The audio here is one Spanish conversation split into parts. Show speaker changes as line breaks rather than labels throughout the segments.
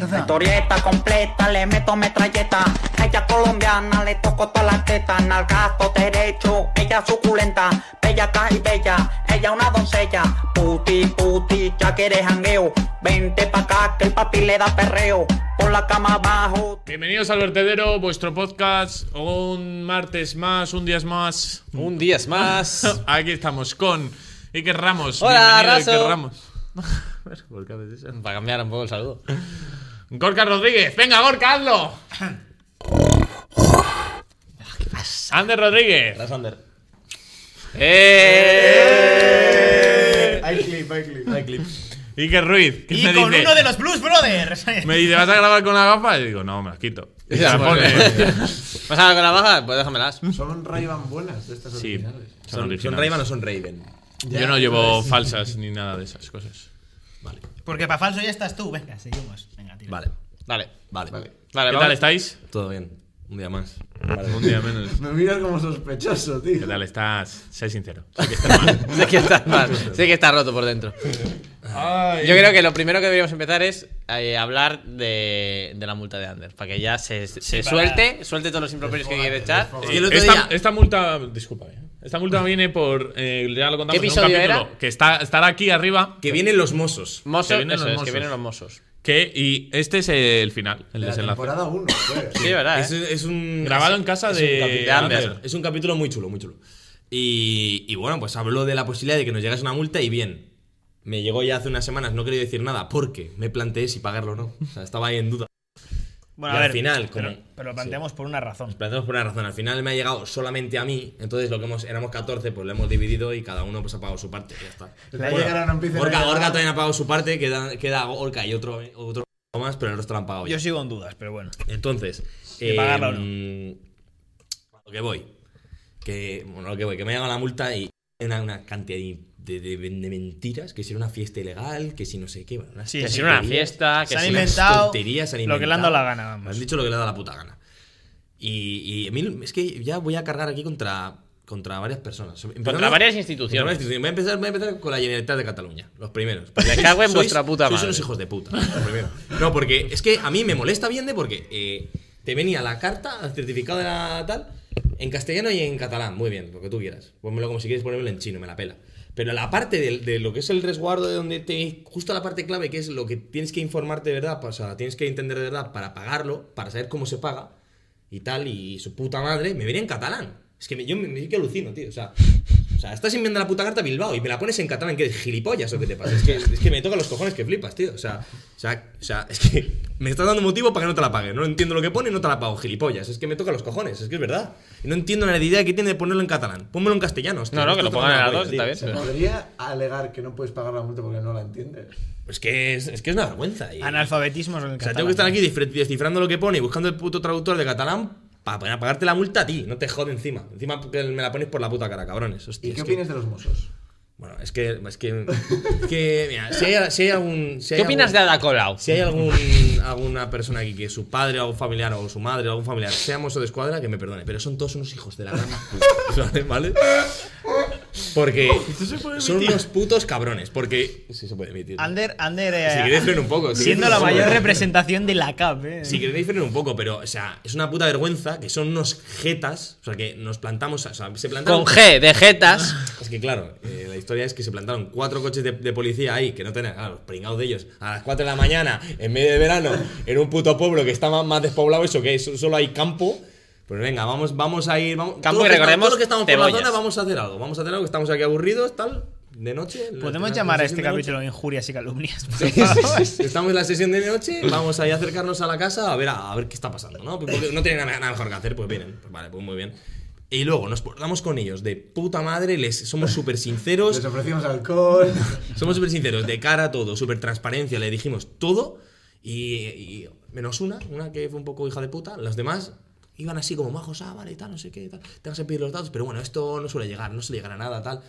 ¿Verdad?
Historieta completa, le meto metralleta. Ella colombiana, le toco toda la teta. Nalgazo derecho, ella suculenta. Bella y bella, ella una doncella. Puti, puti, ya que eres jangueo. Vente pa' acá que el papi le da perreo. Por la cama abajo.
Bienvenidos al vertedero, vuestro podcast. Un martes más, un día más.
Un día más.
Aquí estamos con Iker Ramos.
Hola,
Bienvenido,
Raso.
Iker Ramos. ¿Por qué haces eso?
Para cambiar un poco el saludo.
Gorka Rodríguez. Venga, Gorka, hazlo.
Ah,
Ander Rodríguez.
Sander.
Hay clip, hay clip.
Eh. Iker Ruiz. que
Y
me
con
dice,
uno de los Blues Brothers.
Me dice, ¿vas a grabar con la gafa? Y digo, no, me las quito. Y se la pone.
¿Vas a con la baja? Pues déjamelas.
Son Ray-Ban buenas de estas
Sí,
originales.
son
¿Son
originales.
Rayman o son Raven?
Yo no llevo falsas ni nada de esas cosas.
Porque para falso ya estás tú. Venga, seguimos. Venga, tira.
Vale. Dale. Vale. Vale.
¿Qué
vamos.
tal estáis?
Todo bien. Un día más.
Un día menos.
Me miras como sospechoso,
¿Qué
tío.
tal estás? Sé sincero.
sé que estás mal. Sé que estás roto por dentro. Yo creo que lo primero que deberíamos empezar es eh, hablar de, de la multa de Ander. Para que ya se, se suelte, suelte todos los improperios que quiere echar. Y el otro
Esta,
día-
esta multa, disculpa, ¿eh? esta multa viene por, eh, ya lo contamos
¿Qué
en un
episodio
capítulo,
era?
que está, estará aquí arriba,
Que vienen los mozos.
Mozo-
que vienen
eso
los
es, que
mozos.
vienen los mozos.
que, y este es el final, el
La
desenlace.
temporada 1,
Sí, ¿verdad?
Es,
eh?
es un.
Grabado
es-
en casa
es
de
un capi-
Ander.
Ander. Es un capítulo muy chulo, muy chulo. Y, y bueno, pues hablo de la posibilidad de que nos llegase una multa y bien. Me llegó ya hace unas semanas, no quería decir nada porque me planteé si pagarlo o no. O sea, estaba ahí en duda.
Bueno,
Y
a
al
ver.
final, como-
pero, pero lo planteamos por una razón.
Planteamos por una razón. Al final me ha llegado solamente a mí. Entonces, lo que hemos, éramos 14, pues lo hemos dividido y cada uno pues ha pagado su parte. y ya está.
La llegada no empieza
Orca,
a llegar.
Orca también ha pagado su parte. Queda, queda Orca y otro, otro más, pero el resto lo han pagado ya.
Yo sigo en dudas, pero bueno.
Entonces,
De pagarla o no.
em, a lo que voy, que, bueno, a lo que voy, que me hagan la multa y una, una cantidad de, de- de- de mentiras, que si era una fiesta ilegal, que si no sé qué, bueno, unas
Sí,
Que
sí.
si Pues era una
tonterías,
fiesta, que
Se han
si
unas
inventado
tonterías, han
lo que le han dado la gana,
Me han
vamos.
dicho lo que le ha dado la puta gana. Y, y a mí es que ya voy a cargar aquí contra, contra varias personas.
Contra varias instituciones.
Voy a, empezar, voy a empezar con la Generalitat de Cataluña, los primeros.
Me cago en vuestra puta
sois
madre.
unos hijos de puta, lo primero. No, porque es que a mí me molesta bien de porque eh, te venía la carta, el certificado de la tal, en castellano y en catalán. Muy bien, lo que tú quieras. Pónmelo como si quieres ponérmelo en chino, me la pela. Pero la parte del- de, lo que es el resguardo, de donde te. Justo la parte clave, que es lo que tienes que informarte de verdad, o sea, tienes que entender de verdad para pagarlo, para saber cómo se paga y tal, y su puta madre, me viene en catalán. Es que me- yo me, me que alucino, tío. O sea, o sea, estás enviando la puta carta a Bilbao y me la pones en catalán, que es gilipollas o qué te pasa. Es que, es que me tocan los cojones que flipas, tío. O sea, o sea, o sea, es que me estás dando motivo para que no te la pague. No entiendo lo que pone y no te la pago, gilipollas. Es que me tocan los cojones, es que es verdad. Y no entiendo la idea que tiene de ponerlo en catalán. Pónmelo en castellano. hostia,
No, no,
me
que lo
estás
pongan en las
tocando
dos,
la polla,
está
tío.
bien.
Podría alegar que no puedes pagar la multa porque no la entiendes.
Es que es, es que es una vergüenza. y-
Analfabetismo en el
O sea,
catalán.
tengo que estar aquí desfri- descifrando lo que pone y buscando el puto traductor de catalán para pagarte la multa a ti. No te jode encima. Encima que me la pones por la puta cara, cabrones. Hostia,
¿Y
es
qué
que-
opinas de los mozos?
Bueno, es que. Es que, es que, mira, si hay, si hay algún. si hay
¿Qué opinas de
algún-
Ada Colau?
Si hay algún, alguna persona aquí que su padre o un familiar o su madre o algún familiar sea mozo de escuadra, que me perdone, pero son todos unos hijos de la gran puta, ¿vale? ¿Vale? Porque son unos putos cabrones. Porque. Sí, se puede emitir.
Ander, Ander. eh,
Si queréis, freno un poco. si
Siendo
queréis,
la
freno un
mayor
poco.
representación de la CAP, eh.
Si queréis frenar un poco, pero, o sea, es una puta vergüenza que son unos jetas, o sea, que nos plantamos, o sea, se plantaron... Ah,
Con G, de jetas.
Es que claro, eh, la historia es que se plantaron cuatro coches de, de policía ahí, que no tenían, claro, los pringados de ellos, a las 4 de la mañana, en medio de verano, en un puto pueblo que está más, más despoblado, eso que es, solo hay campo. Pues venga, vamos, vamos a ir, vamos...
Campo y
todos los que
recordemos
estamos- todos los que estamos por la
cebollas.
zona, vamos a hacer algo, vamos a hacer algo, que estamos aquí aburridos, tal, de noche... la-
Podemos
la-
llamar
la
a
sesión
este
de noche.
capítulo Injurias y Calumnias. por favor?
Estamos en la sesión de noche, vamos ahí a acercarnos a la casa a ver, a, a ver qué está pasando, ¿no? Porque no tienen nada, nada mejor que hacer, pues vienen, pues vale, pues muy bien. Y luego nos portamos con ellos de puta madre, les somos súper sinceros,
Les ofrecimos alcohol.
somos súper sinceros, de cara a todo, súper transparencia, le dijimos todo y, y menos una, una que fue un poco hija de puta, las demás iban así como majos, ah, vale, tal, no sé qué, tal, tengas que pedir los datos, pero bueno, esto no suele llegar, no suele llegar a nada, tal.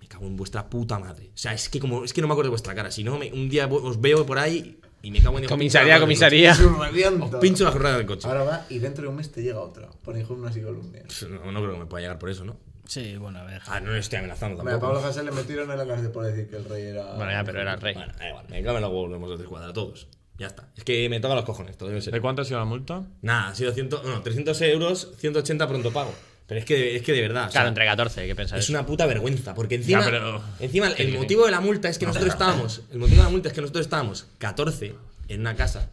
Me cago en vuestra puta madre. O sea, es que como es que no me acuerdo de vuestra cara, si no me- un día vo- os veo por ahí y me cago en
Comisaría, comisaría.
Es un reviento.
Os pincho la jornada del coche.
Ahora va y dentro de un mes te llega otra. Por injurnas y columnias.
Pff, No, no creo que me pueda llegar por eso, ¿no?
Sí, bueno, a ver.
Ah, no le estoy amenazando
Hombre, a
tampoco.
Pablo Gasol le metieron en la cárcel por decir que el rey era.
Bueno, ya, pero era el rey.
Bueno, da igual, me cago en la huevo, lo hemos descuadrado a todos. Ya está. Es que me toca los cojones, todo
¿De cuánto ha sido la multa?
Nada, ha sido 100, no, 300 euros, 180 pronto pago. Pero es que, es que de verdad. o sea,
Claro, entre 14, ¿qué pensáis?
es una puta vergüenza, porque encima,
Ya, pero-
encima
¿Qué
el
tiene?
motivo de la multa es que nosotros estábamos, el motivo de la multa es que nosotros estábamos 14 en una casa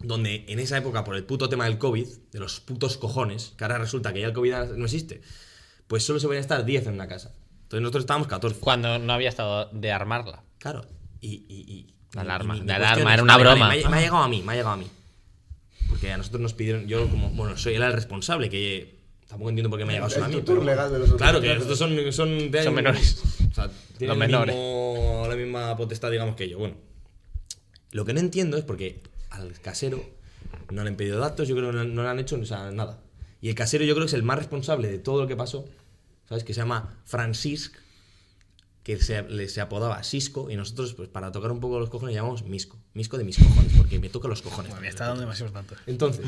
donde en esa época por el puto tema del COVID, de los putos cojones, que ahora resulta que ya el COVID no existe, pues solo se podía estar 10 en una casa. Entonces nosotros estábamos 14.
Cuando no había estado de armarla.
Claro. Y. y, y
La
y-
alarma,
y mi
la
cuestión
alarma,
es-
era una
vale, vale,
broma.
me, ha, me ha llegado a mí, me ha llegado a mí. Porque a nosotros nos pidieron. Yo, como. Bueno, soy era el responsable, que tampoco entiendo por qué me ha llegado solo a
El
mí.
tutor
pero-
legal de los otros.
Claro, que nosotros son. Son, de-
Son menores.
O sea,
Los
tienen el
menores.
mismo- la misma potestad, digamos, que yo. Bueno. Lo que no entiendo es porque al casero no le han pedido datos, yo creo que no, no le han hecho o sea, nada. Y el casero yo creo que es el más responsable de todo lo que pasó, ¿sabes? Que se llama Francisc, que se, le, se apodaba Cisco, y nosotros, pues para tocar un poco los cojones, le llamamos Misco. Misco de mis cojones, porque me toca los cojones.
Me está dando demasiados datos.
Entonces,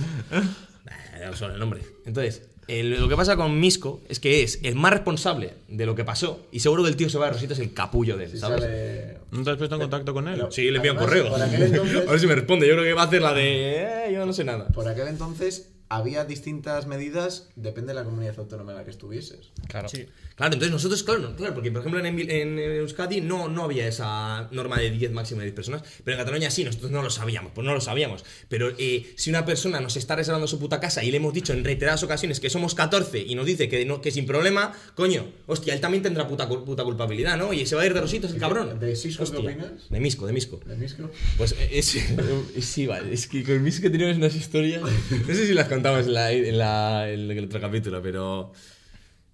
Nah, ya solo el nombre. Entonces, el- lo que pasa con Misco es que es el más responsable de lo que pasó, y seguro que el tío se va de Rosita, es el capullo de él,
Si
¿sabes?
sale-
¿No te has puesto en contacto con él?
Pero-
Sí, le envío un
Además,
correo.
por aquel entonces-
A ver si me responde. Yo creo que va a hacer la de. eh, yo no sé nada.
Por aquel entonces había distintas medidas, depende de la comunidad autónoma en la que estuvieses.
Claro. Claro, entonces nosotros, claro, no, claro, porque por ejemplo en, Envi- en Euskadi no, no había esa norma de 10 máximo de 10 personas, pero en Cataluña sí, nosotros no lo sabíamos, pues no lo sabíamos. Pero eh, si una persona nos está reservando su puta casa y le hemos dicho en reiteradas ocasiones que somos 14 y nos dice que, no, que sin problema, coño, hostia, él también tendrá puta, cul- puta culpabilidad, ¿no? Y se va a ir de rositos el cabrón.
¿De Sisco qué
Hostia.
opinas?
De Misco, de Misco.
¿De Misco?
Pues eh, es, sí, vale, es que con Misco teníamos unas historias. No sé si las contamos en, la- en la- en el otro capítulo, pero.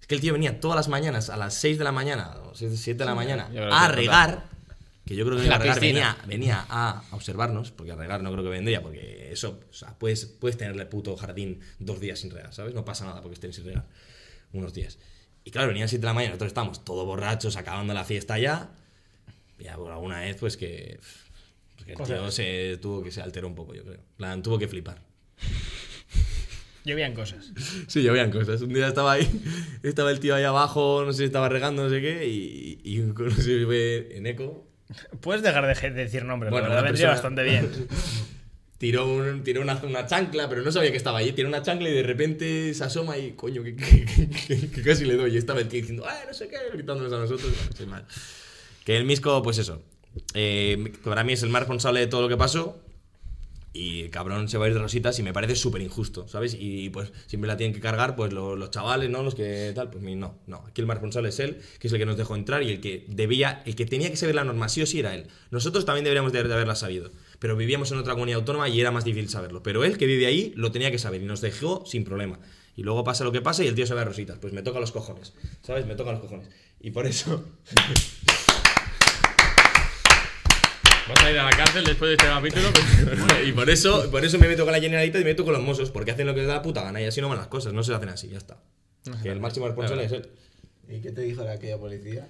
Es que el tío venía todas las mañanas, a las 6 de la mañana, o 7 de la mañana,
yo creo que
a
te
regar. Que yo creo que
La
a regar venía,
piscina.
venía a observarnos, porque a regar no creo que vendría, porque eso, o sea, puedes, puedes tenerle puto jardín dos días sin regar, ¿sabes? No pasa nada porque estén sin regar unos días. Y claro, venían 7 de la mañana, nosotros estábamos todos borrachos, acabando la fiesta ya. Ya por alguna vez, pues que. pues que el tío se tuvo que se alteró un poco, yo creo. En plan, tuvo que flipar.
Llovían cosas.
Sí, llovían cosas. Un día estaba ahí, estaba el tío ahí abajo, no sé si estaba regando, no sé qué, y, y un- no sé si fue en eco.
Puedes dejar de, je- de decir nombres,
Bueno,
bueno, la
una
verdad vendría
persona-
bastante bien.
Tiró, un- tiró una, una chancla, pero no sabía que estaba allí. Tiró una chancla y de repente se asoma y, coño, que, que- que- que casi le doy. Y estaba el tío diciendo, ¡ay, no sé qué! gritándonos a nosotros. Sí, mal. Que el Misco, pues eso. Eh, para mí es el más responsable de todo lo que pasó. Y el cabrón se va a ir de rositas y me parece súper injusto, ¿sabes? Y pues siempre la tienen que cargar pues lo- los chavales, ¿no? Los que tal, pues mi- no, no. Aquí el más responsable es él, que es el que nos dejó entrar y el que debía, el que tenía que saber la norma sí o sí era él. Nosotros también deberíamos de, de haberla sabido, pero vivíamos en otra comunidad autónoma y era más difícil saberlo. Pero él, que vive ahí, lo tenía que saber y nos dejó sin problema. Y luego pasa lo que pasa y el tío se va a rositas. Pues me toca los cojones, ¿sabes? Me toca los cojones. Y por eso...
Vas a ir a la cárcel después de este capítulo.
y por eso, por eso me meto con la Generalitat y me meto con los mozos, porque hacen lo que les da la puta gana y así no van las cosas, no se hacen así, ya está. Que el máximo responsable es él.
¿Y qué te dijo de aquella policía?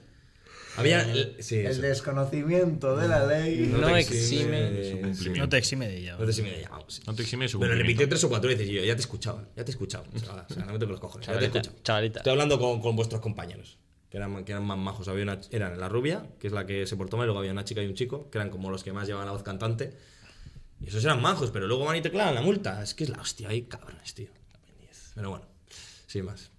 Había.
El,
sí,
el
eso.
desconocimiento de la ley.
No
te
exime
de-
su
sí.
No te exime de ello.
No te exime de llamamos. sí.
No te exime de su
Me lo
cumplimiento.
repitió tres o cuatro veces y yo ya te escuchaba, ya te escuchaba. chaval, O sea, no me toques los cojones, ya te
Chavalita,
escuchaba.
chavalita.
Estoy hablando con, con vuestros compañeros, que eran, que eran más majos. Había una, eran la rubia, que es la que se portó mal, y luego había una chica y un chico, que eran como los que más llevaban la voz cantante. Y esos eran majos, pero luego van y te clavan la multa. Es que es la hostia, hay cabrones, tío. Pero bueno, sin más.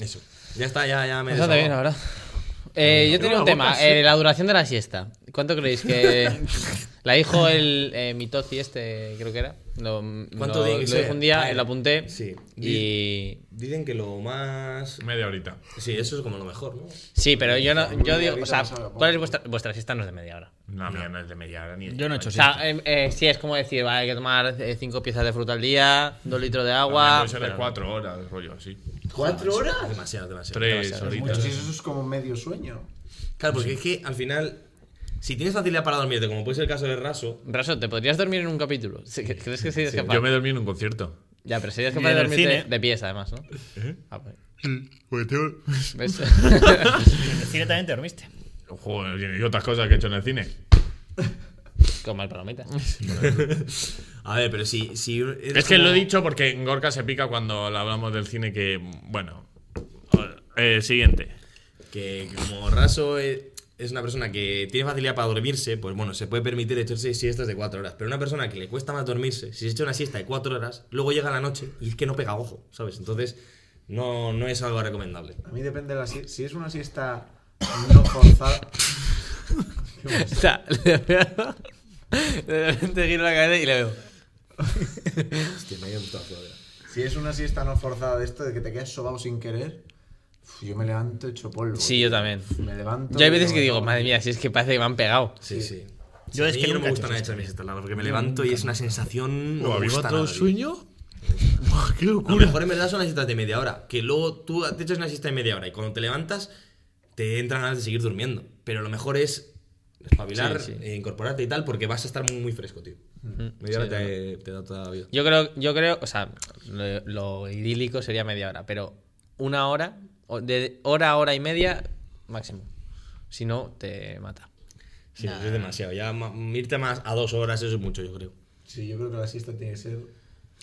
Eso. Ya está, ya, ya me he
Bastante bien, la
desahogado.
verdad. Eh,
Tiene
yo tenía un
una
tema,
boca,
eh, la duración de la siesta. ¿Cuánto creéis que la dijo el eh, Mitozi este, creo que era? Lo,
¿Cuánto
lo-
tiene que
lo
ser?
dijo un día,
Ah,
lo apunté
sí.
y...
Dicen que lo más.
Media horita.
Sí, eso es como lo mejor, ¿no?
Sí, pero yo no, yo digo, o sea,
Ahorita no sabe,
¿cuál es vuestra, vuestra siesta? No es de media hora.
No, mía, no es de media hora ni de-
Yo no he
Pues
hecho
O
siesta.
sea, eh, eh, sí, es como decir, vale, hay que tomar eh, cinco piezas de fruta al día, dos litros de
También
agua...
Puede ser de
pero-
cuatro horas, rollo así.
¿Cuatro horas?
Demasiado, demasiado.
Tres
demasiado.
horitas.
Mucho, si
¿eh?
eso es como medio sueño.
Claro, porque es que al final, si tienes facilidad para dormirte, como puede ser el caso de Raso,
Raso, ¿te podrías dormir en un capítulo? Sí, que- ¿Crees que serías capaz?
Yo me dormí en un concierto.
Ya, pero serías
Ni
capaz de
en el
dormir de,
cine.
pies, además, ¿no? Ah, pues. ¿Ves?
Directamente dormiste.
Joder, y otras cosas que he hecho en el cine.
Como el palomita.
a ver, pero si. si eres
Es que
como-
lo he dicho porque en Gorka se pica cuando le hablamos del cine que, bueno. Eh, siguiente.
Que como Raso. eh, es una persona que tiene facilidad para dormirse, pues bueno, se puede permitir echarse siestas de cuatro horas. Pero una persona que le cuesta más dormirse, si se echa una siesta de cuatro horas, luego llega la noche y es que no pega ojo, ¿sabes? Entonces, no, no es algo recomendable.
A mí depende de la siesta. Si es una siesta no forzada.
O sea, le veo- De repente giro la cabeza y le veo.
Hostia, me ha ido eh. puto a Florida.
Si es una siesta no forzada de esto, de que te quedas sobado sin querer, uf, yo me levanto hecho polvo.
Sí, yo también.
Me levanto.
Yo hay veces
y-
que digo, madre mía, si es que parece que me han pegado.
Sí, sí.
Yo
Sí,
es
a mí
que
no
nunca
me
he
gusta
hecho
nada echarme siestas largas porque me levanto y es una sensación. No me
¿Habéis
gusta
matado el
nada, tío.
sueño? Buah, ¡Qué
Lo
locura!
mejor en verdad son las siestas de media hora. Que luego tú te echas una siesta de media hora y cuando te levantas te entran ganas de seguir durmiendo. Pero lo mejor es espabilar,
Sí, sí.
e incorporarte y tal, porque vas a estar muy, muy fresco, tío. Media hora
sí,
te, te da toda la vida.
Yo creo, yo creo, o sea, lo, lo idílico sería media hora, pero una hora, o de hora a hora y media, máximo. Si no, te mata.
Sí, eso es demasiado. Ya ma- irte más a dos horas, eso es mucho, yo creo.
Sí, yo creo que la siesta tiene que ser.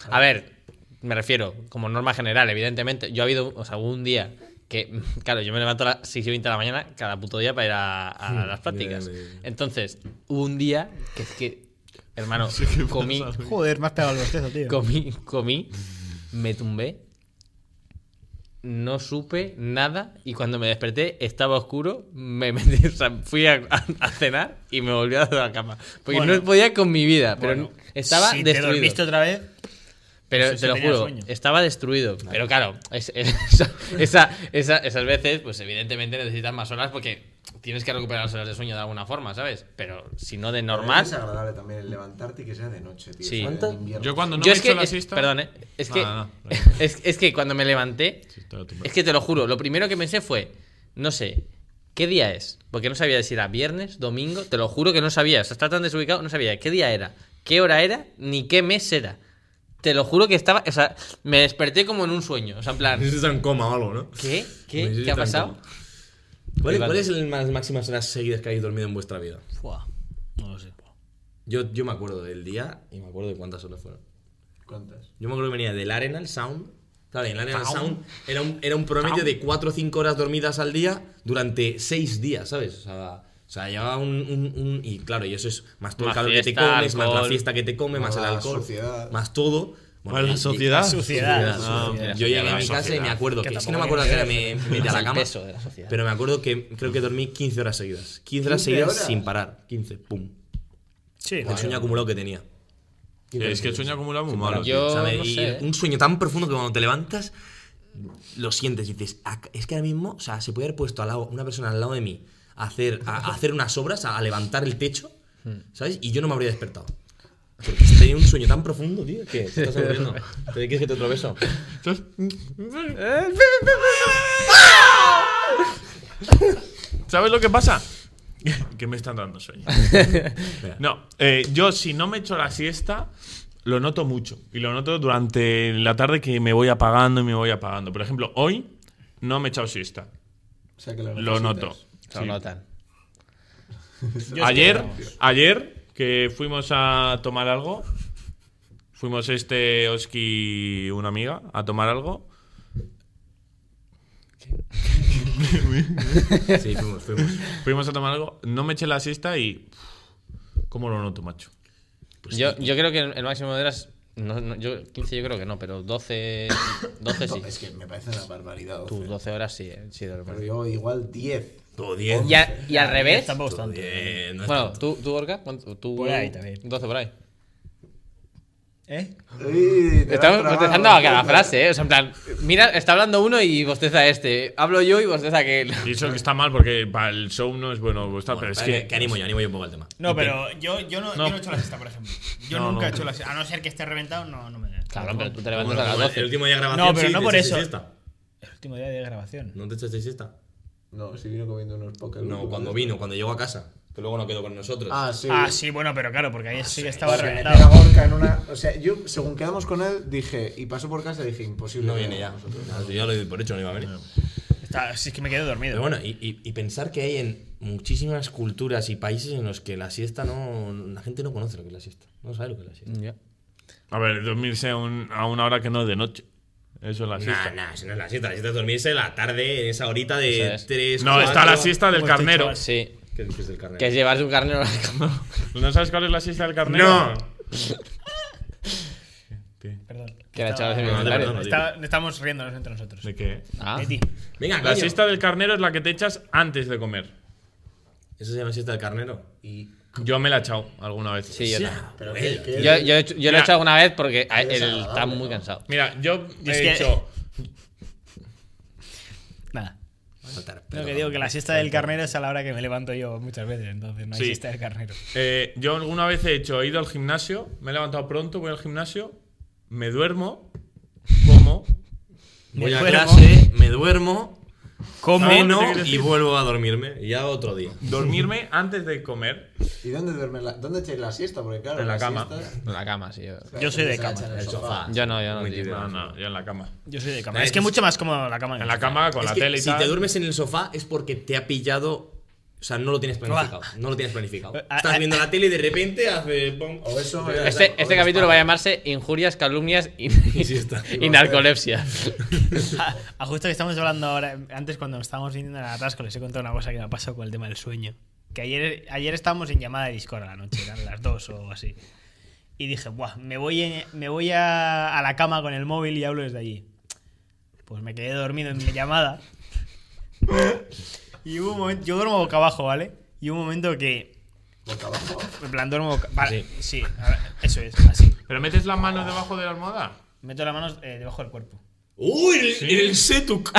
A ver, me refiero, como norma general, evidentemente. Yo ha habido, o sea, hubo un día que, claro, yo me levanto a las 6 y 20 de la mañana cada puto día para ir a, a las prácticas.
bien, bien.
Entonces, hubo un día que es que, hermano, comí,
Joder, me has pegado el bostezo, tío.
comí, comí, me tumbé, no supe nada y cuando me desperté estaba oscuro, me metí, o sea, fui a, a- a cenar y me volví a la cama. Porque
Bueno.
no podía con mi vida, pero
Bueno,
estaba
si te
destruido.
dormiste otra vez,
Pero
Eso sí
te lo
tenía
juro,
sueño.
estaba destruido. Pero claro, es- esa- esa- esa- esas veces, pues evidentemente necesitas más horas porque tienes que recuperar las horas de sueño de alguna forma, ¿sabes? Pero si no de normal.
Es agradable también el levantarte y que sea de noche,
Sí.
tío. o sea, en
¿Cuánto?
invierno.
Yo cuando no
Yo
me
es
echo
que.
la
es-
siesta.
perdón, ¿eh? es que.
Nada, nada,
Es, es que cuando me levanté,
Sí, está la tumba.
es que te lo juro, lo primero que pensé fue, no sé, ¿qué día es? Porque no sabía si era viernes, domingo, te lo juro que no sabía, o sea, estaba tan desubicado, no sabía qué día era, qué hora era, ni qué mes era. Te lo juro que estaba, o sea, me desperté como en un sueño, o sea, en plan,
Eso está en coma o algo, ¿no?
¿qué?
Me
¿Qué?
dices
¿Qué ha
tan
pasado?
coma. ¿Cuál,
Flipando.
cuál es el- las máximas horas seguidas que habéis dormido en vuestra vida?
Fua, no lo sé.
Yo, yo me acuerdo del día y me acuerdo de cuántas horas fueron.
¿Cuántas?
Yo me acuerdo que venía del Arenal Sound. Claro, y en el Arenal Sound era un, era un promedio de 4 o 5 horas dormidas al día durante 6 días, ¿sabes? O sea, o sea, llevaba un, un- un- Y claro, y eso es más todo
Más
el calor que te
fiesta,
comes, más la
alcohol,
fiesta que te come, más
más
el
la
alcohol,
sociedad.
más todo.
Bueno,
y-
la
y-
sociedad.
Suciedad.
Ah,
sociedad.
yo llegué a mi
La
casa y me
sociedad.
acuerdo
Que
que. Es que no me
tampoco
acuerdo que era me me metí a la
el
cama.
peso de la sociedad.
Pero me acuerdo que creo que dormí 15 horas seguidas. 15 horas
15
seguidas
horas.
sin parar. 15, pum.
Sí,
El sueño acumulado que tenía.
Es que el sueño acumula muy malo.
Yo-
tío.
O sea,
no
me- y
sé, ¿eh?
Un sueño tan profundo que cuando te levantas lo sientes y dices, "Ah, es que ahora mismo, o sea, se puede haber puesto al lado, una persona al lado de mí a hacer, a, a hacer unas obras, a, a levantar el techo, ¿sabes? Y yo no me habría despertado. Porque tenía un sueño tan profundo, tío, que te estás aburriendo. ¿Te quieres que te otro beso?
¿Sabes lo que pasa? que me están dando sueño. no, eh, yo si no me echo la siesta, lo noto mucho. Y lo noto durante la tarde que me voy apagando y me voy apagando. Por ejemplo, hoy no me he echado siesta.
O sea, que lo,
Lo
necesitas.
noto.
Lo
Sí.
notan.
Ayer, ayer que fuimos a tomar algo, fuimos este Oski, una amiga, a tomar algo.
Sí, fuimos, fuimos.
Fuimos a tomar algo, no me eché la siesta y. uf, ¿Cómo lo noto, macho?
Pues
Yo, yo creo que el máximo de horas. No, no, yo 15 yo creo que no, pero 12, 12 sí.
No, es que me parece una barbaridad.
Tus
12.
12 horas sí, eh, sí duermes.
Pero yo igual 10.
Todo 10.
Y, a- y al revés.
Tampoco es tanto.
Eh, no es
Bueno,
tanto.
tú, tú Orca, ¿cuánto? Tú,
Por ahí también.
12 por ahí.
¿Eh?
Uy,
Estamos
te la has tragado.
bostezando a cada frase, ¿eh? O sea, en plan, mira, está hablando uno y bosteza este. Hablo yo y bosteza aquel.
Y eso que está mal porque para el show no es bueno. está-
Bueno,
pero es
espera,
que,
que, que animo yo, animo yo un poco el tema.
No, pero yo, yo, no,
No.
yo no he hecho la siesta, por ejemplo. Yo
No,
nunca
no.
he hecho la siesta. A no ser que esté reventado, no, no me da.
Claro, pero tú te
Bueno,
levantas a las
el
12.
último día de grabación.
No, pero
sí,
no
te
por
echaste
eso.
siesta.
El último día de grabación.
¿No te echaste siesta?
No, si vino comiendo unos pokers.
No, cuando vino, cuando llegó a casa. Que luego no quedó con nosotros.
Ah, sí.
Ah, sí, bueno, pero claro, porque ahí sí que
O
estaba
sea, meter a
reventado.
Gorka en una. O sea, yo, según quedamos con él, dije. Y pasó por casa, dije, imposible.
No
que
viene ya. Ah,
vayamos nosotros.
Yo ya lo he por hecho, no iba a venir.
Está- sí, es que me quedé
Pero
dormido.
bueno, y, y- y pensar que hay en muchísimas culturas y países en los que la siesta no. La gente no conoce lo que es la siesta. No sabe lo que es la siesta.
Ya.
a ver, dormirse a, un- a una hora que no es de noche. Eso es la siesta.
Nah, nah, eso no es la siesta. La siesta es dormirse la tarde, en esa horita de
Eso es.
tres.
No, está
cuatro.
la siesta del
Hemos dicho
carnero.
así.
Sí.
¿Qué dices del carnet?
Que es llevarse un carnero a la cama.
¿No sabes cuál es la siesta del carnero?
No.
Perdón.
Que la
Estaba-
echaba sin
No, de verdad,
comentario.
no.
Está- Estamos riéndonos entre nosotros.
¿De qué?
Ah,
De ti.
Venga,
La
coño.
siesta del carnero es la que te echas antes de comer.
Eso se llama siesta del carnero. Y.
Yo me la he echado alguna vez.
sí, yo
Ah,
también.
Pero que- que-
Yo, yo, he hecho- yo lo
Mira.
he hecho alguna vez porque a- él
desagradable,
está muy
¿no?
cansado.
Mira, yo he
Es que-
hecho.
Nada.
Saltar,
Lo
pero-
que digo que la siesta del carnero es a la hora que me levanto yo muchas veces, entonces no hay
Sí.
siesta del carnero.
eh, yo alguna vez he hecho, he ido al gimnasio, me he levantado pronto, voy al gimnasio, me duermo, como.
Voy
Me
a
duermo.
clase, me duermo,
¿Cómo?
ceno
¿Qué quieres
y
decir?
vuelvo a dormirme. Y ya otro día.
Dormirme antes de comer.
¿Y dónde duermes la, dónde echáis la siesta? Porque claro,
En la cama.
siesta-
En la cama, sí. Yo,
la
Yo soy
gente
de
se
cama,
echa
en el sofá.
yo no, yo no.
Ah, Muy
tío.
tibio.
No, no, yo en la cama.
Yo soy de cama.
Nah,
Es que
es-
mucho más cómodo la cama. que
En la
sofá.
cama con
Es
la
que
tele y
si
tal.
te duermes en el sofá es porque te ha pillado. O sea, no lo tienes planificado. No lo tienes planificado.
Ah,
Estás
ah,
viendo la tele y de repente hace. pum.
O eso.
Eh, Este,
o
este
la
capítulo va a
espalda.
llamarse Injurias, Calumnias y,
siesta.
y Narcolepsia.
A, a Ah, justo que estamos hablando ahora, antes cuando estábamos viniendo al atasco, les he contado una cosa que me ha pasado con el tema del sueño. Que ayer, ayer estábamos en llamada de Discord a la noche, eran las dos o así. Y dije, Buah, me voy, en- me voy a, a la cama con el móvil y hablo desde allí. Pues me quedé dormido en mi llamada. Y hubo un momento, yo duermo boca abajo, ¿vale? Y hubo un momento que,
Boca abajo.
en plan, duermo boca Vale, sí, ahora- eso es, así.
¿Pero metes las manos debajo de la almohada?
Meto las manos eh, debajo del cuerpo.
¡Uy! El, el setuk.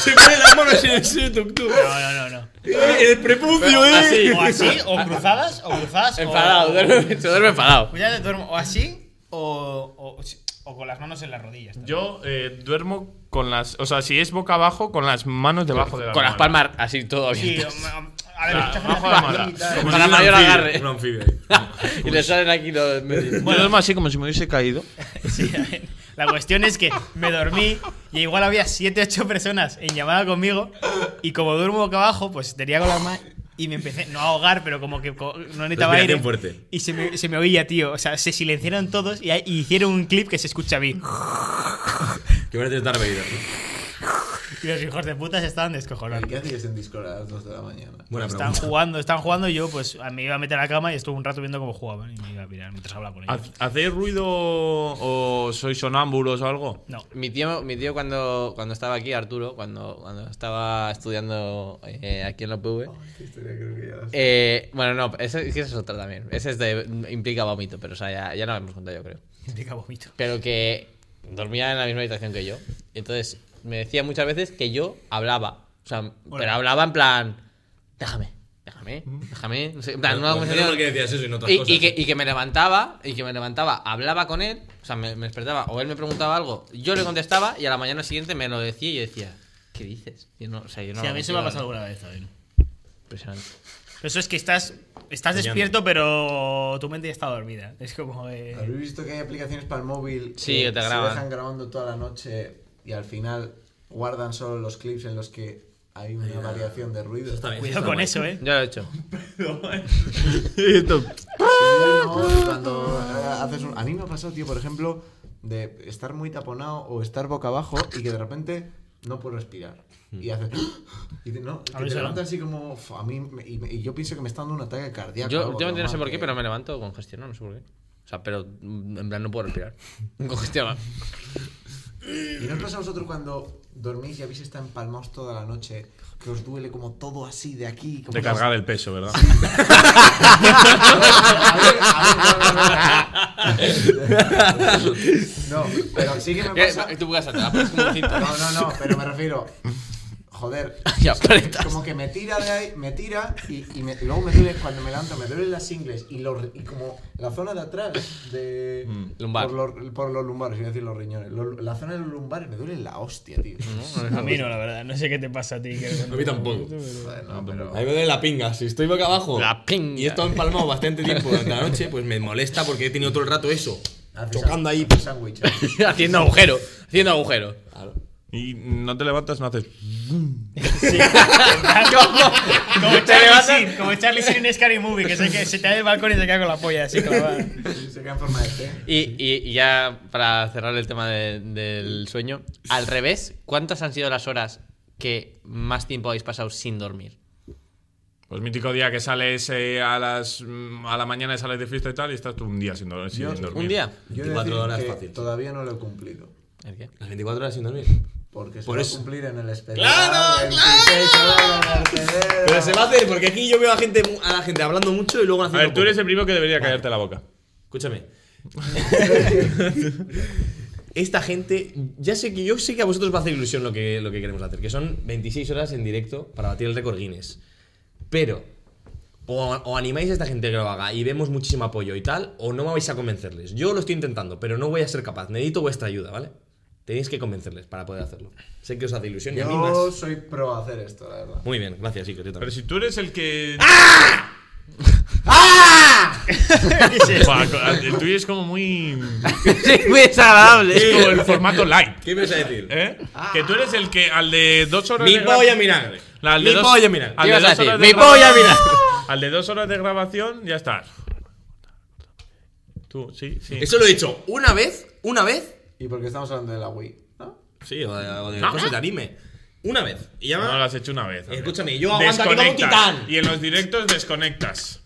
Se pone las manos en el setuk, tú.
No, no, no, no.
El prepucio, eh.
Así.
O así, o cruzadas, o cruzadas. o-
enfadado, duerme-
Oh.
se duerme enfadado.
Cuidado, duermo o así, o, o, o con las manos en las rodillas. también.
Yo eh, duermo con las. O sea, si es boca abajo, con las manos debajo de la
Con las
almohada.
palmas así todo
Sí,
abiertas.
o- a ver, mucha gente
Abajo de la
hace
almohada.
palmitas.
Como
Para
si fuera
mayor
un anfibio.
agarre.
Un anfibio ahí.
y le salen aquí los medios.
Yo duermo así como si me hubiese caído.
Sí, a ver. la cuestión es que me dormí y igual había 7, 8 personas en llamada conmigo y como duermo boca abajo, pues tenía con las manos y me empecé, no a ahogar, pero como que co- no necesitaba aire.
Respiración fuerte.
Y se me, se me oía, tío. O sea, se silenciaron todos y, y hicieron un clip que se escucha a mí.
Que parece estar bebido.
Y los hijos de puta se estaban descojonando.
¿Qué hacéis en Discord a las 2 de la mañana?
Buena
Estaban
pregunta.
jugando, estaban jugando y yo pues me iba a meter a la cama y estuve un rato viendo cómo jugaban y me iba a mirar mientras hablaba con ellos.
¿Ha- ¿Hacéis ruido o sois sonámbulos o algo?
No.
Mi tío, mi tío cuando, cuando estaba aquí, Arturo, cuando, cuando estaba estudiando eh, aquí en la PV,
Esta historia creo que ya la sé.
eh, bueno, no, ese, es que esa es otra también. Ese es de- implica vómito, pero o sea, ya, ya no lo hemos contado, yo creo.
Implica vómito.
Pero que dormía en la misma habitación que yo. Entonces me decía muchas veces que yo hablaba. O sea, pero hablaba en plan, déjame, déjame, déjame. Ah, No sé, en plan, una
Pues menos
conversación-
mal que decías eso y no otras
y,
cosas.
y que, y que me levantaba, y que me levantaba, hablaba con él, o sea, me, me despertaba, o él me preguntaba algo, yo le contestaba y a la mañana siguiente me lo decía y yo decía, ¿qué dices? Yo no, o sea, yo no
Sí, a
lo
mí se me ha pasado
consigo".
alguna vez también.
Impresionante.
Pero eso es que estás, estás
Soñando.
despierto, pero tu mente ya está dormida. Es como. eh,
¿Habéis visto que hay aplicaciones para el móvil
Sí, que te
se
graban.
dejan grabando toda la noche y al final guardan solo los clips en los que hay una variación de ruido?
Eso está bien, eso
cuidado con
está guay.
eso, eh.
Yo lo he hecho.
Ah.
Sí, no, cuando eh, haces un- A mí me ha pasado, tío, por ejemplo, de estar muy taponado o estar boca abajo y que de repente no puedo respirar.
Hmm.
Y haces. Y te- no, que
A mí
te
se me-
levantas así como. "Uf, A mí. me- y, me- y yo pienso que me está dando un ataque cardíaco.
Yo
o algo,
últimamente no sé
normal,
por qué,
que-
pero me levanto congestionado, no sé por qué. O sea, pero mm, en plan no puedo respirar. Congestionado.
¿Y no os pasa a vosotros cuando dormís y habéis estado empalmados toda la noche que os duele como todo así de aquí? Como
De
que os-
cargar el peso, ¿verdad?
A ver, a ver, no, no, no, no. No, pero sí que me
¿Qué?
pasa.
Tú puedes atrás, pones como un cinto.
No, no, no, pero me refiero. Joder.
Y apretas.
Como que me tira de ahí, me tira y, y me- y luego me duele cuando me levanto, me duelen las ingles y, los, y como la zona de atrás de.
Mm,
lumbar.
Por los, por los lumbares, iba a decir los riñones. Lo- la zona de los lumbares me duele la hostia, tío.
Mm.
A mí no, la verdad. No sé qué te pasa a ti. que-
A mí tampoco.
Joder, no, pero.
A mí me duele la pinga. Si estoy boca abajo
La pinga.
y he estado empalmado bastante tiempo durante la noche, pues me molesta porque he tenido todo el rato eso.
Haces
Chocando ahí. pues,
haces sándwiches.
haciendo agujero, haciendo agujero.
Y no te levantas, no haces.
Como
Te
Charlie
levantas-
Sheen, como Charlie Sheen en Scary Movie, que, sé que se te da del balcón y se queda con la polla así clavada.
Se queda en forma de té.
Y, y- y ya para cerrar el tema de- del sueño, al revés, ¿cuántas han sido las horas que más tiempo habéis pasado sin dormir?
Pues mítico día que sales eh, a las mm, a la mañana y sales de fiesta y tal y estás tú un día sin, dor- sin
Yo-
dormir.
¿Un día?
Yo he de
24
decir
horas
que
fácil.
Todavía no lo he cumplido.
¿El qué?
Las 24 horas sin dormir.
Porque se
Por
va
eso.
a cumplir en el especial.
¡Claro,
26 horas de Mercedes.
Pero se va a hacer, porque aquí yo veo a, gente, mu- a la gente hablando mucho y luego
A
haciendo.
ver, tú
poco.
eres el primero que debería callarte la boca.
Escúchame. Esta gente, ya sé que yo sé que a vosotros os va a hacer ilusión lo que, lo que queremos hacer, que son 26 horas en directo para batir el récord Guinness. Pero, o, o animáis a esta gente que lo haga y vemos muchísimo apoyo y tal, o no me vais a convencerles. Yo lo estoy intentando, pero no voy a ser capaz. Necesito vuestra ayuda, ¿vale? Tenéis que convencerles para poder hacerlo. Sé que os hace ilusión y a mí
Yo
más.
soy pro hacer esto, la verdad.
Muy bien, gracias, Iker, yo
Pero
también.
si tú eres el que.
¡Ah!
Buah, el tuyo es como muy.
Sí, muy desagradable.
Es como el formato light.
¿Qué me vas a decir?
¿eh? Que tú eres el que al de dos horas
Mi
de gra-
polla milagre.
La- al de
Mi
dos-
polla milagre.
al
¿Qué
de
ibas a
dos
decir?
horas de
¡Mi
gra-
polla milagre!
Al de dos horas de grabación ya estás. Tú, sí, sí.
Eso lo he dicho una vez, una vez.
Y porque estamos hablando de la Wii, ¿no?
Sí, o de, o de
No.
cosas de anime. Una vez. Y ya
No
va.
lo has hecho una vez. Andrés.
Escúchame, yo aguanto aquí como un
Desconectas.
titán.
Y en los directos desconectas.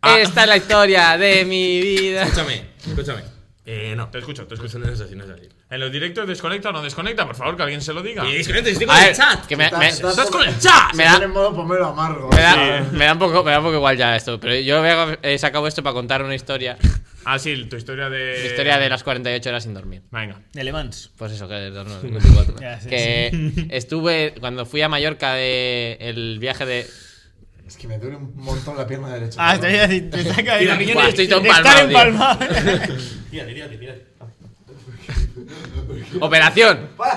Ah. Esta es la historia de mi vida.
Escúchame, escúchame. Eh, no.
Te escucho, te escucho.
No es Pues así, no es así.
En los directos desconecta o no desconecta, por favor, que alguien se lo diga.
Y desconecta, estoy con
A
el
ver,
chat.
que me,
Estás-
me-
estás-
¡Estás con el chat!
me
Se
da-
pone en modo pomelo amargo.
me da,
Sí.
me da un poco, me da un poco igual ya esto, pero yo he he sacado esto para contar una historia.
Ah, sí, tu historia de.
La historia de las 48 horas sin dormir.
Venga.
De Le Mans.
Pues eso, que, no, no, 24.
Ya, sí,
que estuve cuando fui a Mallorca de el viaje de
Es que me duele un montón la pierna derecha.
Ah, te voy a decir, te saca de
Y la
la-
riñón-
Buah, estoy todo
Estar
empalmado, tío.
empalmado.
Tírate, tírate, tírate.
Operación.
Bueno,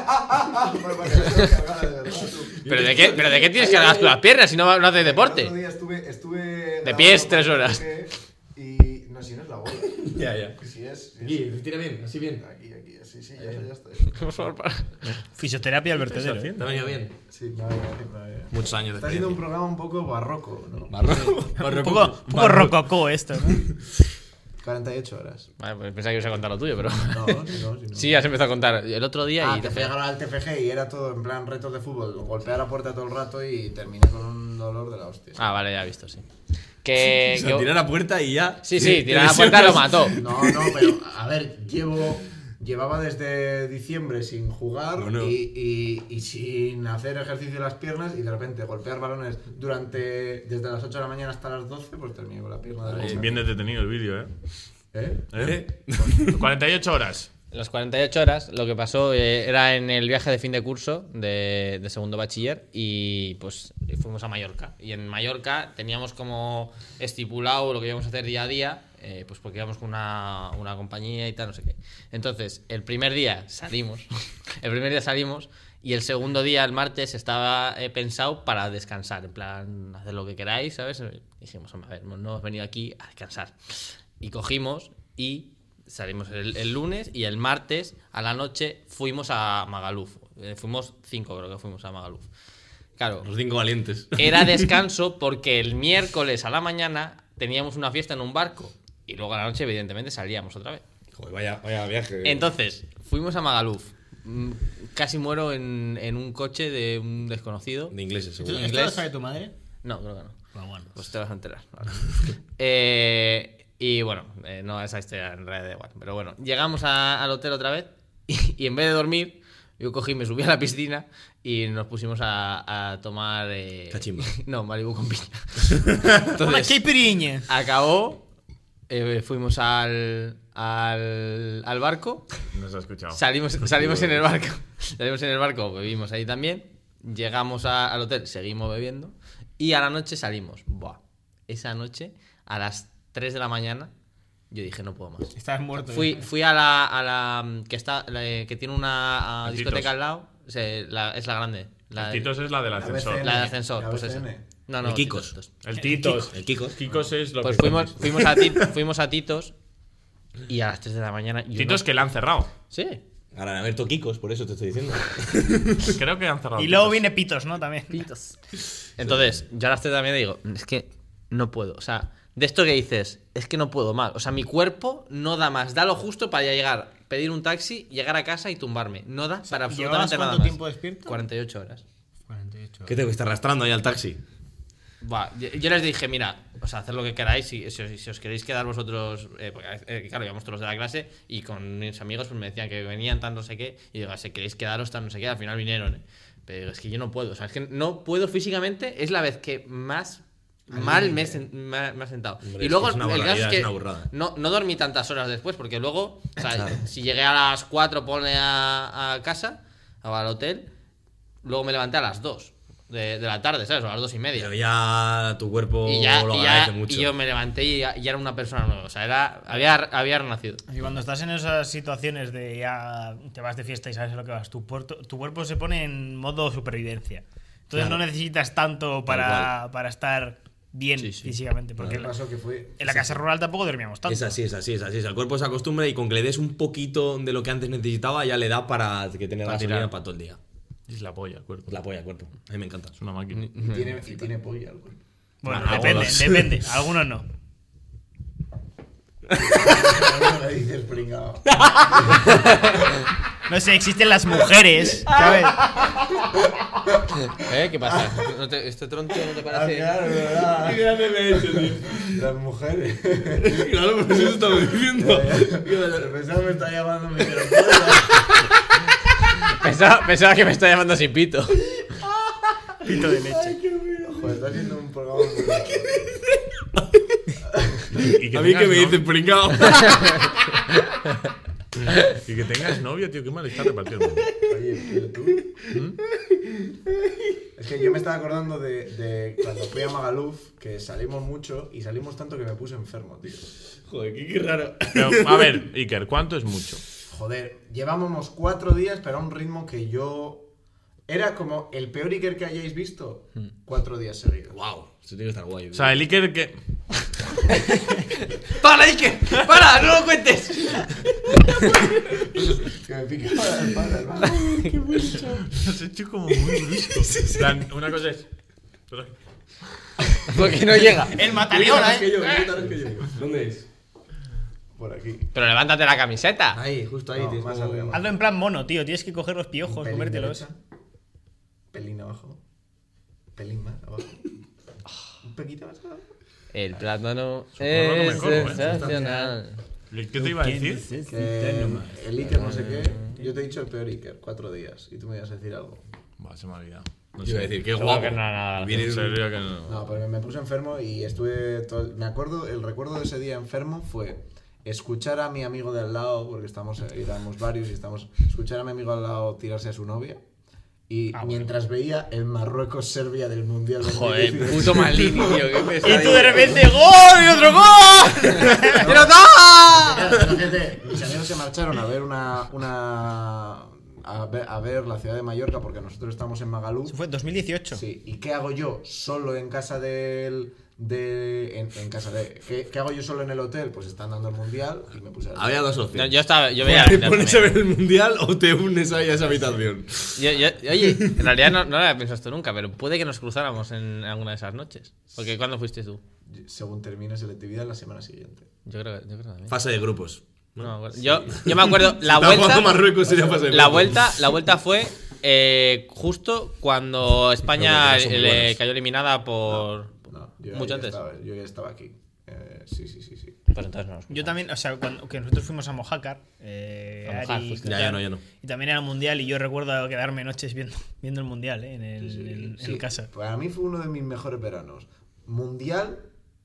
bueno, yo tengo que hablar de verdad, tú.
¿Pero de qué, pero de qué tienes que hablar tú las piernas si no, no haces
El otro
deporte?
día estuve, estuve grabando
pies,
para
tres
el
horas.
toque Y no, si no es la bola.
Ya, ya.
Si es. si es-
Y tira bien, así bien.
Aquí, aquí, así, sí, ya, está, ya está.
Por favor, para.
Fisioterapia al vertedero. ¿eh?
Te ha venido bien.
Sí, me va bien, me va bien.
Muchos años
Está
de
siendo un
experiencia.
programa un poco barroco, ¿no?
Barroco.
Un
Barroco.
poco, un poco rococó esto, ¿no?
48 horas.
Vale, pues pensaba que ibas a contar lo tuyo, pero.
No, si no, si no.
Sí, has empezado a contar el otro día
Ah,
y.
te pegaron al TFG y era todo en plan retos de fútbol. Golpear la puerta todo el rato y terminé con un dolor de la hostia.
Ah, vale, ya he visto, sí. Que.
O sea,
que-
tirar a puerta y ya.
Eh, Sí, sí, tirar a la puerta lo mató.
No, no, pero a ver, llevo. Llevaba desde diciembre sin jugar
Bueno.
y, y- y sin hacer ejercicio de las piernas y de repente golpear balones durante desde las 8 de la mañana hasta las 12, pues terminé con la pierna
Eh,
derecha.
Bien detenido el vídeo, ¿eh?
¿Eh?
¿Eh? 48 horas.
Las 48 horas, lo que pasó eh, era en el viaje de fin de curso de, de segundo bachiller y pues fuimos a Mallorca. Y en Mallorca teníamos como estipulado lo que íbamos a hacer día a día, eh, pues porque íbamos con una, una compañía y tal, no sé qué. Entonces, el primer día salimos, el primer día salimos y el segundo día, el martes, estaba eh, pensado para descansar, en plan, hacer lo que queráis, ¿sabes? Dijimos, "Hombre, a ver, no hemos venido aquí a descansar. Y cogimos y salimos el, el lunes y el martes a la noche fuimos a Magaluf. Eh, fuimos cinco, creo que fuimos a Magaluf. Claro,
Los cinco valientes.
era descanso porque el miércoles a la mañana teníamos una fiesta en un barco y luego a la noche, evidentemente, salíamos otra vez.
Joder, vaya, vaya viaje.
Entonces, fuimos a Magaluf. Mm, Casi muero en, en un coche de un desconocido.
De ingleses, seguro.
¿Esto lo sabe
tu madre?
No, creo que no.
Bueno, bueno.
Pues te vas a enterar. ahora. Eh, y bueno, eh, no, esa historia en realidad da igual. Pero bueno, llegamos a- al hotel otra vez y, y en vez de dormir, yo cogí, me subí a la piscina y nos pusimos a, a tomar. eh,
Cachimba.
No, Malibu con piña.
Una
Entonces,
chipiriñe.
acabó, eh, fuimos al, al, al barco.
Nos ha escuchado.
Salimos, salimos en el barco. Salimos en el barco, bebimos ahí también. Llegamos a- al hotel, seguimos bebiendo. Y a la noche salimos. Buah. Esa noche, a las 3 de la mañana, yo dije, no puedo más.
Estás muerto. eh.
Fui,
ya.
fui a la, a la, mm, que está la, eh, que tiene una ah,
Patitos.
discoteca al lado. Se- la- es la grande. La de,
Titos es la del ascensor.
BCN.
la de ascensor,
La
pues
BCN.
esa. No, no,
El Kikos.
Titos, Titos.
El Titos.
El Kikos.
Kikos es lo
Pues
que.
fuimos, fuimos, a Ti- fuimos a Titos y a las 3 de la mañana. yo
Titos
no-
que la han cerrado.
Sí.
Ahora, a ver, Kikos, por eso te estoy diciendo.
Creo que han cerrado.
Y luego
Titos.
viene Pitos, ¿no? También.
Entonces, yo a las 3 de la mañana digo, "Mm, es que no puedo. O sea, de esto que dices, es que no puedo más. O sea, mi cuerpo no da más. Da lo justo para ya llegar, pedir un taxi, llegar a casa y tumbarme. No da para
¿llevabas
absolutamente nada
cuánto
más.
tiempo despierto?
48 horas.
¿Qué tengo que estar arrastrando ahí al taxi?
Buah, yo, yo les dije, mira, o sea, haced lo que queráis, si, si, os- si os queréis quedar vosotros, eh, porque, eh, claro, íbamos todos los de la clase y con mis amigos pues me decían que venían tan no sé qué, y digo, "Ah, si queréis quedaros tan no sé qué, al final vinieron. eh. Pero digo, es que yo no puedo, o sea, es que no puedo físicamente, es la vez que más mal me he, sen- ma- me he sentado.
Hombre,
y
es
luego
que es una
el caso
barbaridad,
es que
es una burrada.
no, no dormí tantas horas después, porque luego, o sea, si llegué a las 4 pone a, a casa, al hotel, luego me levanté a las 2 de, de la tarde, ¿sabes? O a las 2 y media.
Pero ya tu cuerpo
Y ya,
lo
y ya-
agradece mucho.
y yo me levanté y ya, y ya era una persona nueva. O sea, era, había, había renacido.
Y cuando estás en esas situaciones de ya te vas de fiesta y sabes a lo que vas, tu, puerto- tu cuerpo se pone en modo supervivencia. Entonces
Claro.
no necesitas tanto para, para estar bien físicamente. Porque
¿Qué pasó que fue?
en la casa rural tampoco dormíamos tanto.
Es así, es así, es así. El cuerpo se acostumbra y con que le des un poquito de lo que antes necesitaba ya le da para que tenga
Para
gasolina
tirar.
para todo el día. Pues
Es la polla, cuerpo.
La polla, cuerpo. A mí me encanta.
Es una máquina.
Y tiene, y tiene polla al cuerpo.
Bueno,
Ah,
depende,
algunos.
depende. Algunos no.
Me dices pringao.
No sé, existen las mujeres, ¿sabes?
¿Eh? ¿Qué pasa? ¿No te- ¿Este troncho no te
Ah,
parece?
claro, de verdad. Las mujeres.
Claro, por eso estaba diciendo.
Pensaba que me está llamando mi terapeuta.
Pensaba, pensaba que me estaba llamando sin pito.
Pito de leche.
Joder, está haciendo un programa muy raro.
Y
A mí
tengas
que me
no-
dicen pringao.
Y que tengas novia, tío, qué mal está repartiendo.
Oye, ¿pero tú? ¿Mm? Es que yo me estaba acordando de, de cuando fui a Magaluf, que salimos mucho y salimos tanto que me puse enfermo, tío.
Joder, qué, qué raro.
Pero, a ver, Iker, ¿cuánto es mucho?
Joder, llevábamos cuatro días, pero a un ritmo que yo. Era como el peor Iker que hayáis visto
Mm.
cuatro días seguidos.
Wow, esto tiene que estar guay.
O sea, el Iker que.
¡Para, Ike! ¡Para! ¡No lo cuentes!
Que me picaba la espalda, hermano.
Has hecho como muy brusco. En plan, una cosa es.
Porque no llega.
El mataleona,
que yo, que yo. ¿Dónde es?
Por aquí.
Pero levántate la camiseta.
Ahí, justo ahí.
No,
tienes
más
como-
arriba.
Hazlo en plan mono, tío. Tienes que coger los piojos,
Pelín
comértelos.
derecha, Pelín abajo. Pelín más abajo.
Ah.
Un poquito más abajo.
El plátano
Supongo que me
es
como, ¿eh?
sensacional.
¿Qué te iba a decir?
Que el Iker no sé qué. Yo te he dicho el peor Iker, cuatro días. Y tú me ibas a decir algo.
¿eh?
Va, se me ha olvidado. No
Yo iba a decir, qué
Seguro
guapo.
que no era nada
Viene
En
un-
serio que no.
No, pero me puse enfermo y estuve. todo- Me acuerdo, el recuerdo de ese día enfermo fue escuchar a mi amigo de al lado, porque estamos, eh, éramos varios y estamos. Escuchar a mi amigo al lado tirarse a su novia. Y
Ah,
mientras veía el Marruecos-Serbia del Mundial.
Joder,
2018.
puto malini, tío. ¿Qué
Y
pesadilla.
tú de repente, ¡oh! ¡gol! Y otro
¡Ah!
gol.
¡Pero no!
Claro, fíjate, mis amigos se marcharon a ver una. una a, ver, a ver la ciudad de Mallorca porque nosotros estamos en Magalú.
Fue 2018.
Sí, ¿y qué hago yo solo en casa del. De, en, en casa de. ¿qué, qué hago yo solo en el hotel? Pues están dando el mundial y me puse a.
Había dos
No,
opciones.
yo estaba. Yo veía.
O te
la
pones a
también.
ver el mundial o te unes ahí a esa habitación.
Yo- yo- oye, en realidad no, no lo había pensado esto nunca, pero puede que nos cruzáramos en alguna de esas noches. Porque ¿cuándo fuiste tú?
Según termine selectividad la semana siguiente.
Yo creo, que- yo creo que también.
Fase de grupos.
No, bueno, yo, yo me acuerdo, la
Estaba jugando
vuelta,
Marruecos sería fase de
la
grupos.
vuelta, la vuelta fue eh, justo cuando España
Los mundiales son
le
buenos.
cayó eliminada por
No, yo
mucho
ya
antes.
estaba- yo ya estaba aquí. Eh, sí, sí, sí, sí.
Pues entonces no nos
Yo
cruzamos.
también, o sea, cuando que nosotros fuimos a Mojácar, eh,
A Mojar,
Ari,
fuiste.
tal,
Ya, ya no, ya no.
y también era el mundial y yo recuerdo quedarme noches viendo, viendo el mundial eh, en, el, en- en
Sí,
casa.
Para mí fue uno de mis mejores veranos. Mundial,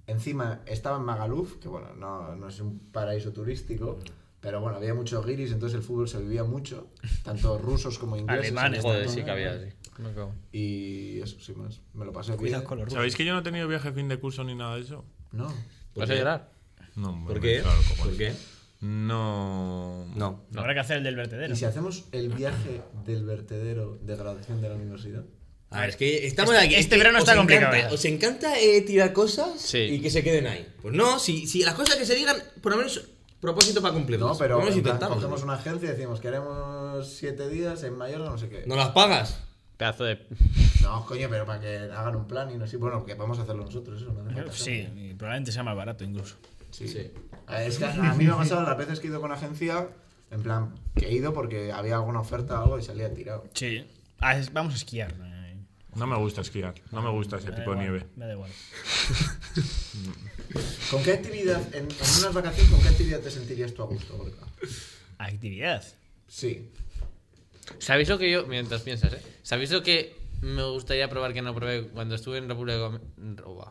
encima estaba en Magaluf, que bueno, no, no es un paraíso turístico, pero bueno, había muchos guiris, entonces el fútbol se vivía mucho, tanto rusos como ingleses.
Alemanes,
tanto-
Joder, sí que había, sí. Me cago.
Y eso, sin más. Me lo pasé
Cuidado
bien.
con los rusos.
¿Sabéis que yo no he tenido viaje a fin de curso ni nada de eso?
No.
Pues
¿Vas a llorar?
No, hombre,
¿Por qué?
claro, cojones.
¿Por qué?
No.
No.
Habrá que hacer el del vertedero.
¿Y si hacemos el viaje del vertedero de graduación de la universidad?
A ver, es que estamos
Este-
aquí.
este
es que
verano
os
está complicado
encanta-
ya.
¿Os encanta eh, tirar cosas
Sí.
y que se queden ahí? Pues no, si, si las cosas que se digan, por lo menos propósito para cumplirlas.
No, pero
Por lo menos
en plan,
intentamos.
cogemos una agencia y decimos que haremos siete días en Mallorca, no sé qué.
¿No las pagas?
Pedazo de.
No, coño, pero para que hagan un plan y no sé. Bueno, que vamos a hacerlo nosotros, eso. No hace falta
Sí, y probablemente sea más barato incluso.
Sí.
Sí.
A, ver, es que a mí me ha pasado las veces que he ido con agencia, en plan, que he ido porque había alguna oferta o algo y salía tirado.
Sí. Ah, es- vamos a esquiar. eh.
No me gusta esquiar. No me gusta ese
Me da
tipo de
igual,
nieve.
Me da igual.
¿Con qué actividad, en, en unas vacaciones, con qué actividad te sentirías tú a gusto, Gorka?
Actividad.
Sí.
¿Sabéis lo que yo, mientras piensas, eh? ¿Sabéis lo que me gustaría probar que no probé cuando estuve en República, Domin- oh, wow.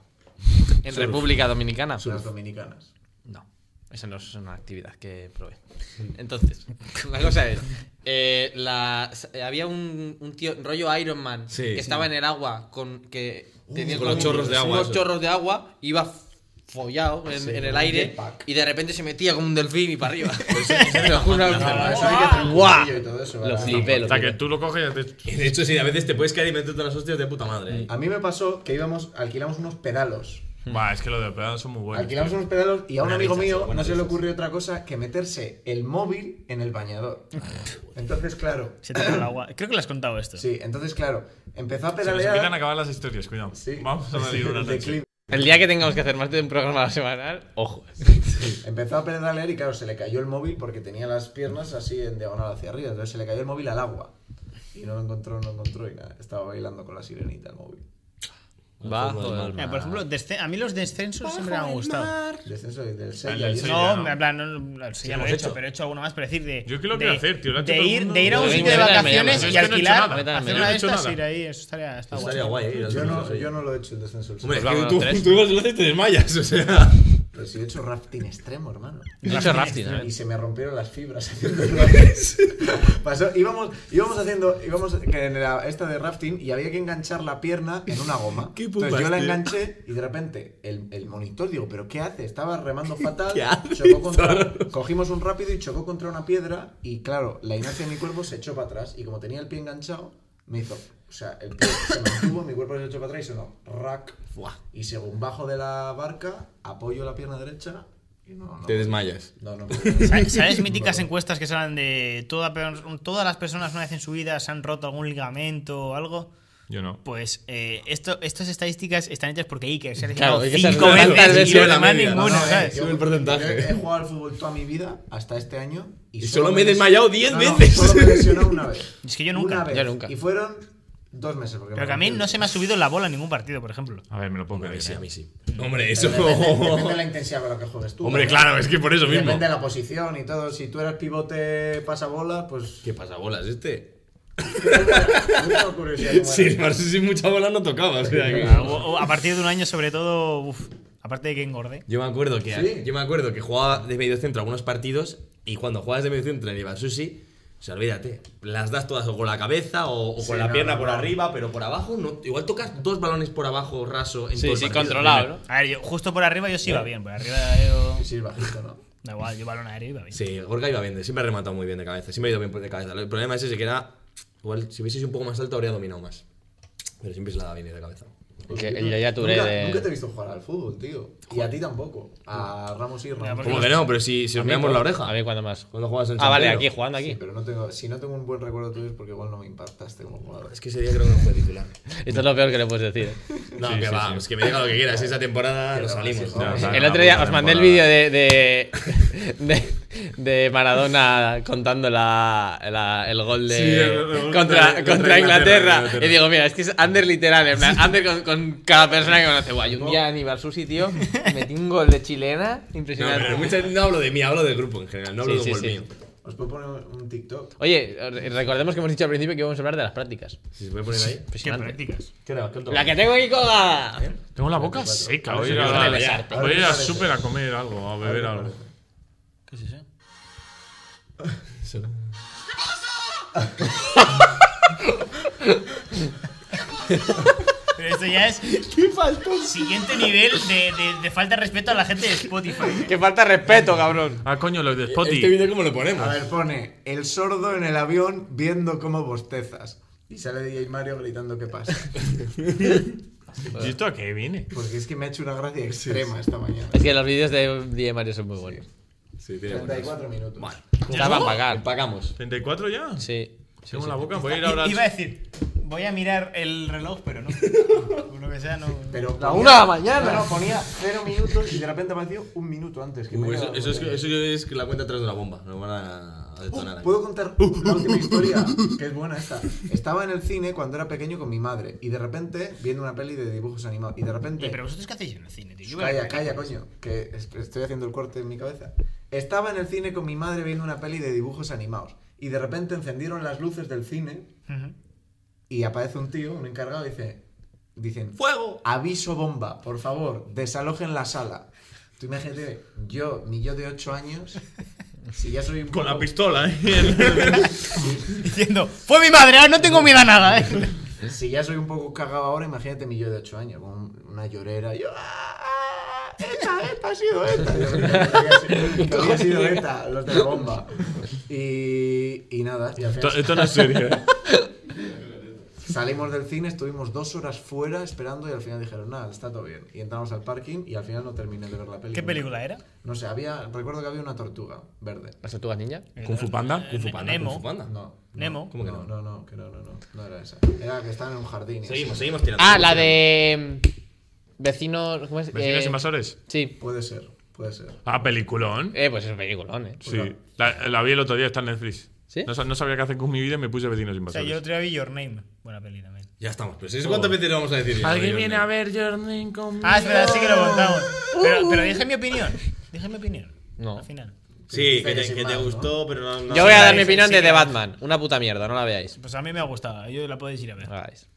en República Dominicana?
Las dominicanas.
No, esa no es una actividad que probé. Entonces, la cosa es, eh, la- había un, un tío, rollo Iron Man,
Sí,
que
sí.
estaba en el agua, Uh, con, que tenía
con los
como
chorros de agua,
Unos
eso.
chorros de agua, iba follado en, en el aire
jetpack.
y de repente se metía como un delfín y para arriba. Ah,
Para eso hay que hacer un
¡Guau!
cursillo y todo eso,
Lo
¿verdad?
flipé, lo
Hasta que
flipé.
tú lo coges y te...
De hecho, sí, a veces te puedes caer y meterte las hostias de puta madre. ¿eh?
A mí me pasó que íbamos, alquilamos unos pedalos.
Hmm.
Buah, es que los de pedazos son muy buenos.
alquilamos
tío.
unos pedalos y a un
Buenas
amigo
risas,
mío no
buenas
se le
risas.
ocurrió otra cosa que meterse el móvil en el bañador. Entonces, claro.
Se te cae el agua. Creo que le has contado esto.
Sí, entonces, claro. Empezó a
Se nos empiezan a
pedalear.
acabar las historias, cuidado.
Sí.
Vamos a salir una
de
noche.
clip.
El día que tengamos que hacer más de un programa semanal, ojo.
Empezó a pedalear y claro, se le cayó el móvil porque tenía las piernas así en diagonal hacia arriba. Entonces se le cayó el móvil al agua. Y no lo encontró, no lo encontró y nada. Estaba bailando con la sirenita el móvil.
oh, Va, joder.
Mira, por ejemplo, descen- a mí los descensos siempre me han gustado.
Descenso del
Ah,
6
del sello.
No,
Sí, ya, ¿no?
en plan, no, no, sí, ya lo
hemos
he hecho,
hecho.
pero he hecho alguno más. Pero decir de.
Yo es que lo
de-
quiero hacer, tío, lo ha hecho
De
todo el
ir,
mundo.
de ir a un
Yo
sitio de
también, yo
vacaciones
también,
y
yo es que no he hecho
alquilar,
nada.
hacer
Yo
no
una
he
de
hecho
estas
nada.
ir ahí. Eso estaría, está guay.
Estaría guay, ¿eh? ir al
Yo
centro,
no,
sí.
yo no lo he hecho el descenso del
Hombre, es
sol.
Pues
que
vamos,
tú,
tres.
tú igual lo haces y te desmayas, o sea.
Pero si he hecho rafting extremo, hermano.
Yo he hecho rafting, ¿eh?
Y se me rompieron las fibras haciendo el rafting. Pasó, íbamos, íbamos haciendo, íbamos que en la- esta de rafting y había que enganchar la pierna en una goma.
Qué
Entonces
pupas,
yo la
tío.
enganché y de repente el, el monitor, digo, ¿pero qué hace? Estaba remando fatal.
¿Qué hace?
chocó contra- cogimos un rápido y chocó contra una piedra y claro, la inercia de mi cuerpo se echó para atrás y como tenía el pie enganchado, me hizo... O sea, el pie se mantuvo, mi cuerpo se echó para atrás y sonó rack.
Buah.
Y según bajo de la barca, apoyo la pierna derecha y no, no.
Te desmayas.
No, no.
¿Sabes- ¿Sabes míticas encuestas que salen de toda pe- todas las personas una vez en su vida se han roto algún ligamento o algo?
Yo no.
Pues eh, esto, estas estadísticas están hechas porque Iker se ha
Claro,
lesionado
Iker se ha lesionado
cinco veces,
tantas
y
veces
los
en la
demás
media, ¿no?
ninguno,
eh,
¿sabes?
yo-
Sube el porcentaje.
yo He jugado al fútbol toda mi vida, hasta este año.
Y solo me he desmayado 10 veces.
Solo me he lesionado una vez.
Es que yo nunca,
Una vez.
yo nunca.
Y fueron dos meses. Porque
Pero
me
que a mí
rompí el-
no se me ha subido la bola en ningún partido, por ejemplo.
A ver, me lo pongo.
Hombre, a mí sí,
bien, eh.
a mí sí. Hombre, eso.
Depende, depende de la intensidad con la que juegues tú.
Hombre,
¿no?
claro, es que por eso
Y
mismo.
Depende de la posición y todo. Si tú eras pivote pasabola, pues.
¿Qué pasa, bolas este?
Nunca me ocurrió si era como
Sí,
era.
no sé si mucha bola no tocaba. O sea, que-
O- o a partir de un año, sobre todo, uf, aparte de que engordé.
Yo me acuerdo que
Sí.
yo me acuerdo que jugaba de medio centro algunos partidos y cuando juegas de medio centro en el Ibarsushi, o sea, olvídate, las das todas o con la cabeza o, o con
Sí,
la
no,
pierna
no,
por
no.
arriba, pero por abajo no, igual tocas dos balones por abajo raso en
Sí,
todo el
sí,
partido.
controlado, ¿no?
A ver, yo, justo por arriba yo sí iba bien, por arriba yo...
Sí, es bajito, ¿no?
Da igual, yo balón aéreo iba bien.
Sí, Gorka iba bien, de- siempre ha rematado muy bien de cabeza, siempre ha ido bien de cabeza. El problema es ese que era igual si hubiese sido un poco más alto habría dominado más. Pero siempre se la da bien de cabeza.
Que el Yaya Touré
nunca,
de-
nunca te he visto jugar al fútbol, tío. Y a ti tampoco. A Ramos y
Ya,
Ramos.
porque-
¿Cómo que no? Pero si, si os miramos la oreja.
A ver cuándo más.
Cuando juegas en
Ah, vale,
San Pedro.
aquí, jugando aquí.
Pero no tengo, si no tengo un buen recuerdo tuyo es porque igual no me impactaste como jugador.
Es que ese día creo que no fue titular.
Esto es lo peor que le puedes decir. ¿eh?
No, que va, es que me diga lo que quieras, esa temporada nos salimos.
sí, sí.
El otro día os mandé el vídeo de, de, de- de Maradona contando la, la- el gol de,
Sí, el- el-
contra,
contra-
contra,
contra
Inglaterra.
Inglaterra.
Y digo, mira, es que es under literal. En plan, under con, con cada persona que conoce. Guay, un día en Ibarsusi, tío, metí un gol de chilena.
No,
Impresionante.
pero muchas- no hablo de mí, hablo del grupo en general, no
Sí,
hablo de un
sí,
gol
sí.
mío.
Os puedo poner un TikTok.
Oye, recordemos que hemos dicho al principio que íbamos a hablar de las prácticas.
Si se puede poner ahí.
¿Qué
Impresionante.
prácticas?
¿Qué era? ¿Qué
La que tengo aquí colgada.
¿Eh?
Tengo la boca seca. Voy a ir
Ahora
a
sí que
la-
parece.
voy a ir
Ahora
a
sí que
súper a comer algo, a beber
Ahora
algo.
¿Qué es eso? Pero esto ya es siguiente nivel de, de- de falta de respeto a la gente de Spotify.
Que falta respeto, cabrón.
Ah, coño, los de
Este
Spotty.
vídeo cómo lo ponemos.
A ver, pone el sordo en el avión viendo cómo bostezas. Y sale DJ Mario gritando qué pasa.
¿Y esto a qué viene?
Porque es que me ha hecho una gracia extrema esta mañana.
Es que los vídeos de DJ Mario son muy buenos.
Sí, tiene buenas.
34 minutos.
Bueno,
Está para pagar.
pagamos.
¿34 ya?
Sí. Sí,
Tengo
sí.
la boca, voy a ir ahora.
Iba a decir, Voy a mirar el reloj, pero no. Por lo que sea, no.
Pero
La
ponía-
una de la mañana.
No, no, ponía cero minutos y de repente apareció un minuto antes. Que me
Uh,
he
eso,
quedado
eso es,
con ella.
eso es que la cuenta atrás de la bomba. No van a a detonar. aquí.
Puedo contar
Uh.
una última historia, que es buena esta. Estaba en el cine cuando era pequeño con mi madre y de repente viendo una peli de dibujos animados y de repente
Eh,
Oye, pero vosotros qué hacéis en el cine, tío. Yo voy a
Calla,
ver
calla,
películas.
coño, que es- estoy haciendo el corte en mi cabeza. Estaba en el cine con mi madre viendo una peli de dibujos animados y de repente encendieron las luces del cine
Ujú.
y aparece un tío, un encargado, y dice, dicen,
¡Fuego!
aviso bomba, por favor, desalojen la sala. Tú imagínate, yo, ni yo de 8 años, si ya soy un
Con la
poco-
pistola, ¿eh?
Diciendo, fue mi madre, ahora no tengo miedo a nada, eh.
Si ya soy un poco cagado ahora, imagínate mi yo de 8 años, con una llorera. Yo, ¡ah! ah, ¡Eta, eta, ha sido eta! Yo, que había sido- que había sido eta, los de la bomba. Y, y nada, y al
esto,
final
esto no es serio. ¿eh?
salimos del cine, estuvimos dos horas fuera esperando y al final dijeron, nada, está todo bien. Y entramos al parking y al final no terminé de ver la película.
¿Qué película era?
No sé, había, recuerdo que había una tortuga verde.
¿Las tortugas ninja?
¿Kung Fu Panda? ¿Kung Fu Panda?
Nemo.
Kung Fu Panda.
No.
Nemo.
¿Cómo
¿Cómo que
que
no? No, no, que no, no, no, no era esa. Era que estaban en un jardín. y así.
Seguimos, seguimos tirando.
Ah, la de. Vecinos. ¿Cómo es?
¿Vecinos
Eh,
invasores?
Sí.
Puede ser, puede ser.
Ah, peliculón.
Eh, pues es un peliculón, ¿eh?
Sí. La, la vi el otro día, está en Netflix.
¿Sí?
No, sa- no sabía qué hacer con mi vida y me puse vecinos
O sea, yo
invasores.
otro día vi Your Name. Buena peli también.
Ya estamos. Pues eso cuántas veces lo vamos a decir.
¿Alguien viene a ver Jordan conmigo?
Ah, es verdad, sí que lo contamos. Pero, pero dije mi opinión. Dije mi opinión.
No.
Al final.
Sí, que
Pero
te,
sin
que te
más, ¿no?
gustó, pero no. no
Yo voy a dar mi
sí,
opinión
sí,
de
sí.
The Batman. Una puta mierda, no la veáis.
Pues a mí me ha gustado. Yo la podéis ir a ver.
No la veáis.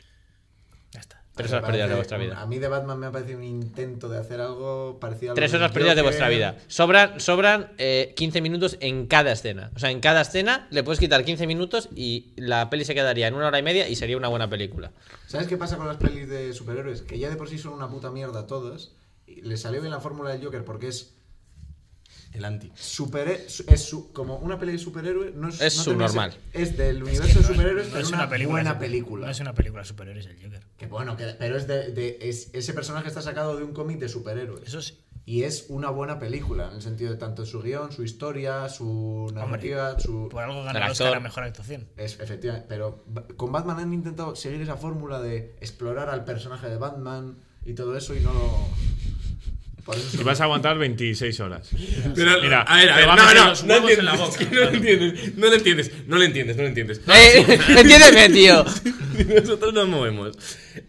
Ya está.
Tres
Me
horas perdidas de
parece
vuestra
un-
vida.
A mí de Batman me ha parecido un intento de hacer algo parecido a lo
Tres
del
horas perdidas de
Joker.
vuestra vida. Sobran, sobran eh, 15 minutos en cada escena. O sea, en cada escena le puedes quitar 15 minutos y la peli se quedaría en una hora y media y sería una buena película.
¿Sabes qué pasa con las pelis de superhéroes? Que ya de por sí son una puta mierda todas. Y le salió bien la fórmula del Joker porque es
El anti.
super es su- como una peli de superhéroes no es
Es
no termina de ser-
subnormal.
es del universo de superhéroes
No
pero
es
una, buena película
No es una película superior, es el Joker.
que bueno que- pero es de, de- es- ese personaje está sacado de un cómic de superhéroes
Eso sí.
y es una buena película en el sentido de tanto su guión su historia su narrativa su
Por algo ganó
El
el Oscar
actor.
a mejor actuación.
Es, efectivamente, pero ba- con Batman han intentado seguir esa fórmula de explorar al personaje de Batman y todo eso y no lo... Por eso
Y
se-
vas a aguantar 26 horas.
Pero,
Mira,
a ver, a
te
ver,
va
no,
a meter
no,
los
no
huevos en la
entiendes,
boca.
es que no lo entiendes, no lo entiendes, no lo entiendes, no lo entiendes.
Eh, entiéndeme, tío.
Nosotros nos movemos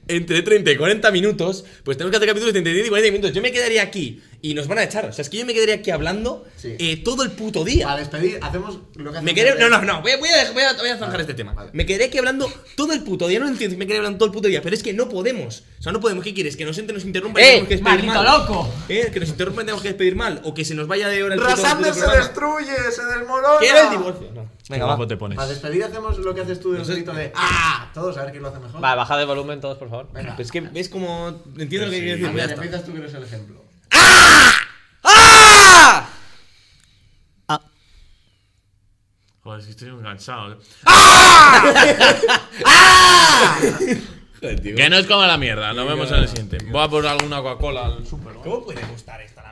entre 30 y 40 minutos, pues tenemos que hacer capítulos de entre 10 y 40 minutos. Yo me quedaría aquí y nos van a echar. O sea, es que yo me quedaría aquí hablando
Sí.
eh, todo el puto día.
Para despedir, hacemos lo que hacemos
Me quedé,
siempre.
no, no, no, voy a, voy a, voy a- voy a zanjar
Vale,
este tema.
vale.
Me quedé aquí hablando todo el puto día, no entiendo, me quedé hablando todo el puto día, pero es que no podemos. O sea, no podemos, ¿qué quieres? Que nos entre, nos interrumpan y
¡Eh,
tenemos que despedir
maldito
mal.
loco!
¿Eh? Que nos interrumpan y tenemos que despedir mal, o que se nos vaya de hora el puto-
Rasander
puto
se
programa.
destruye, se desmorona.
Quiero el divorcio. No.
Qué guapo te pones.
Para despedir hacemos lo que haces tú del
Eso es-
grito de ¡Ah! Todos a ver quién lo hace mejor.
Vale, bajad el volumen todos, por favor.
Venga.
Pero es que ves como. Entiendo lo que quieres
A
decir.
ver,
ya está.
empiezas tú que eres el ejemplo.
Joder, si estoy ¿eh? muy cansado.
Joder, tío.
¡Ah!
¡Ah!
Que no es como la mierda. Nos vemos en el siguiente. Voy a por alguna Coca-Cola al super.
¿Cómo puede gustar esta la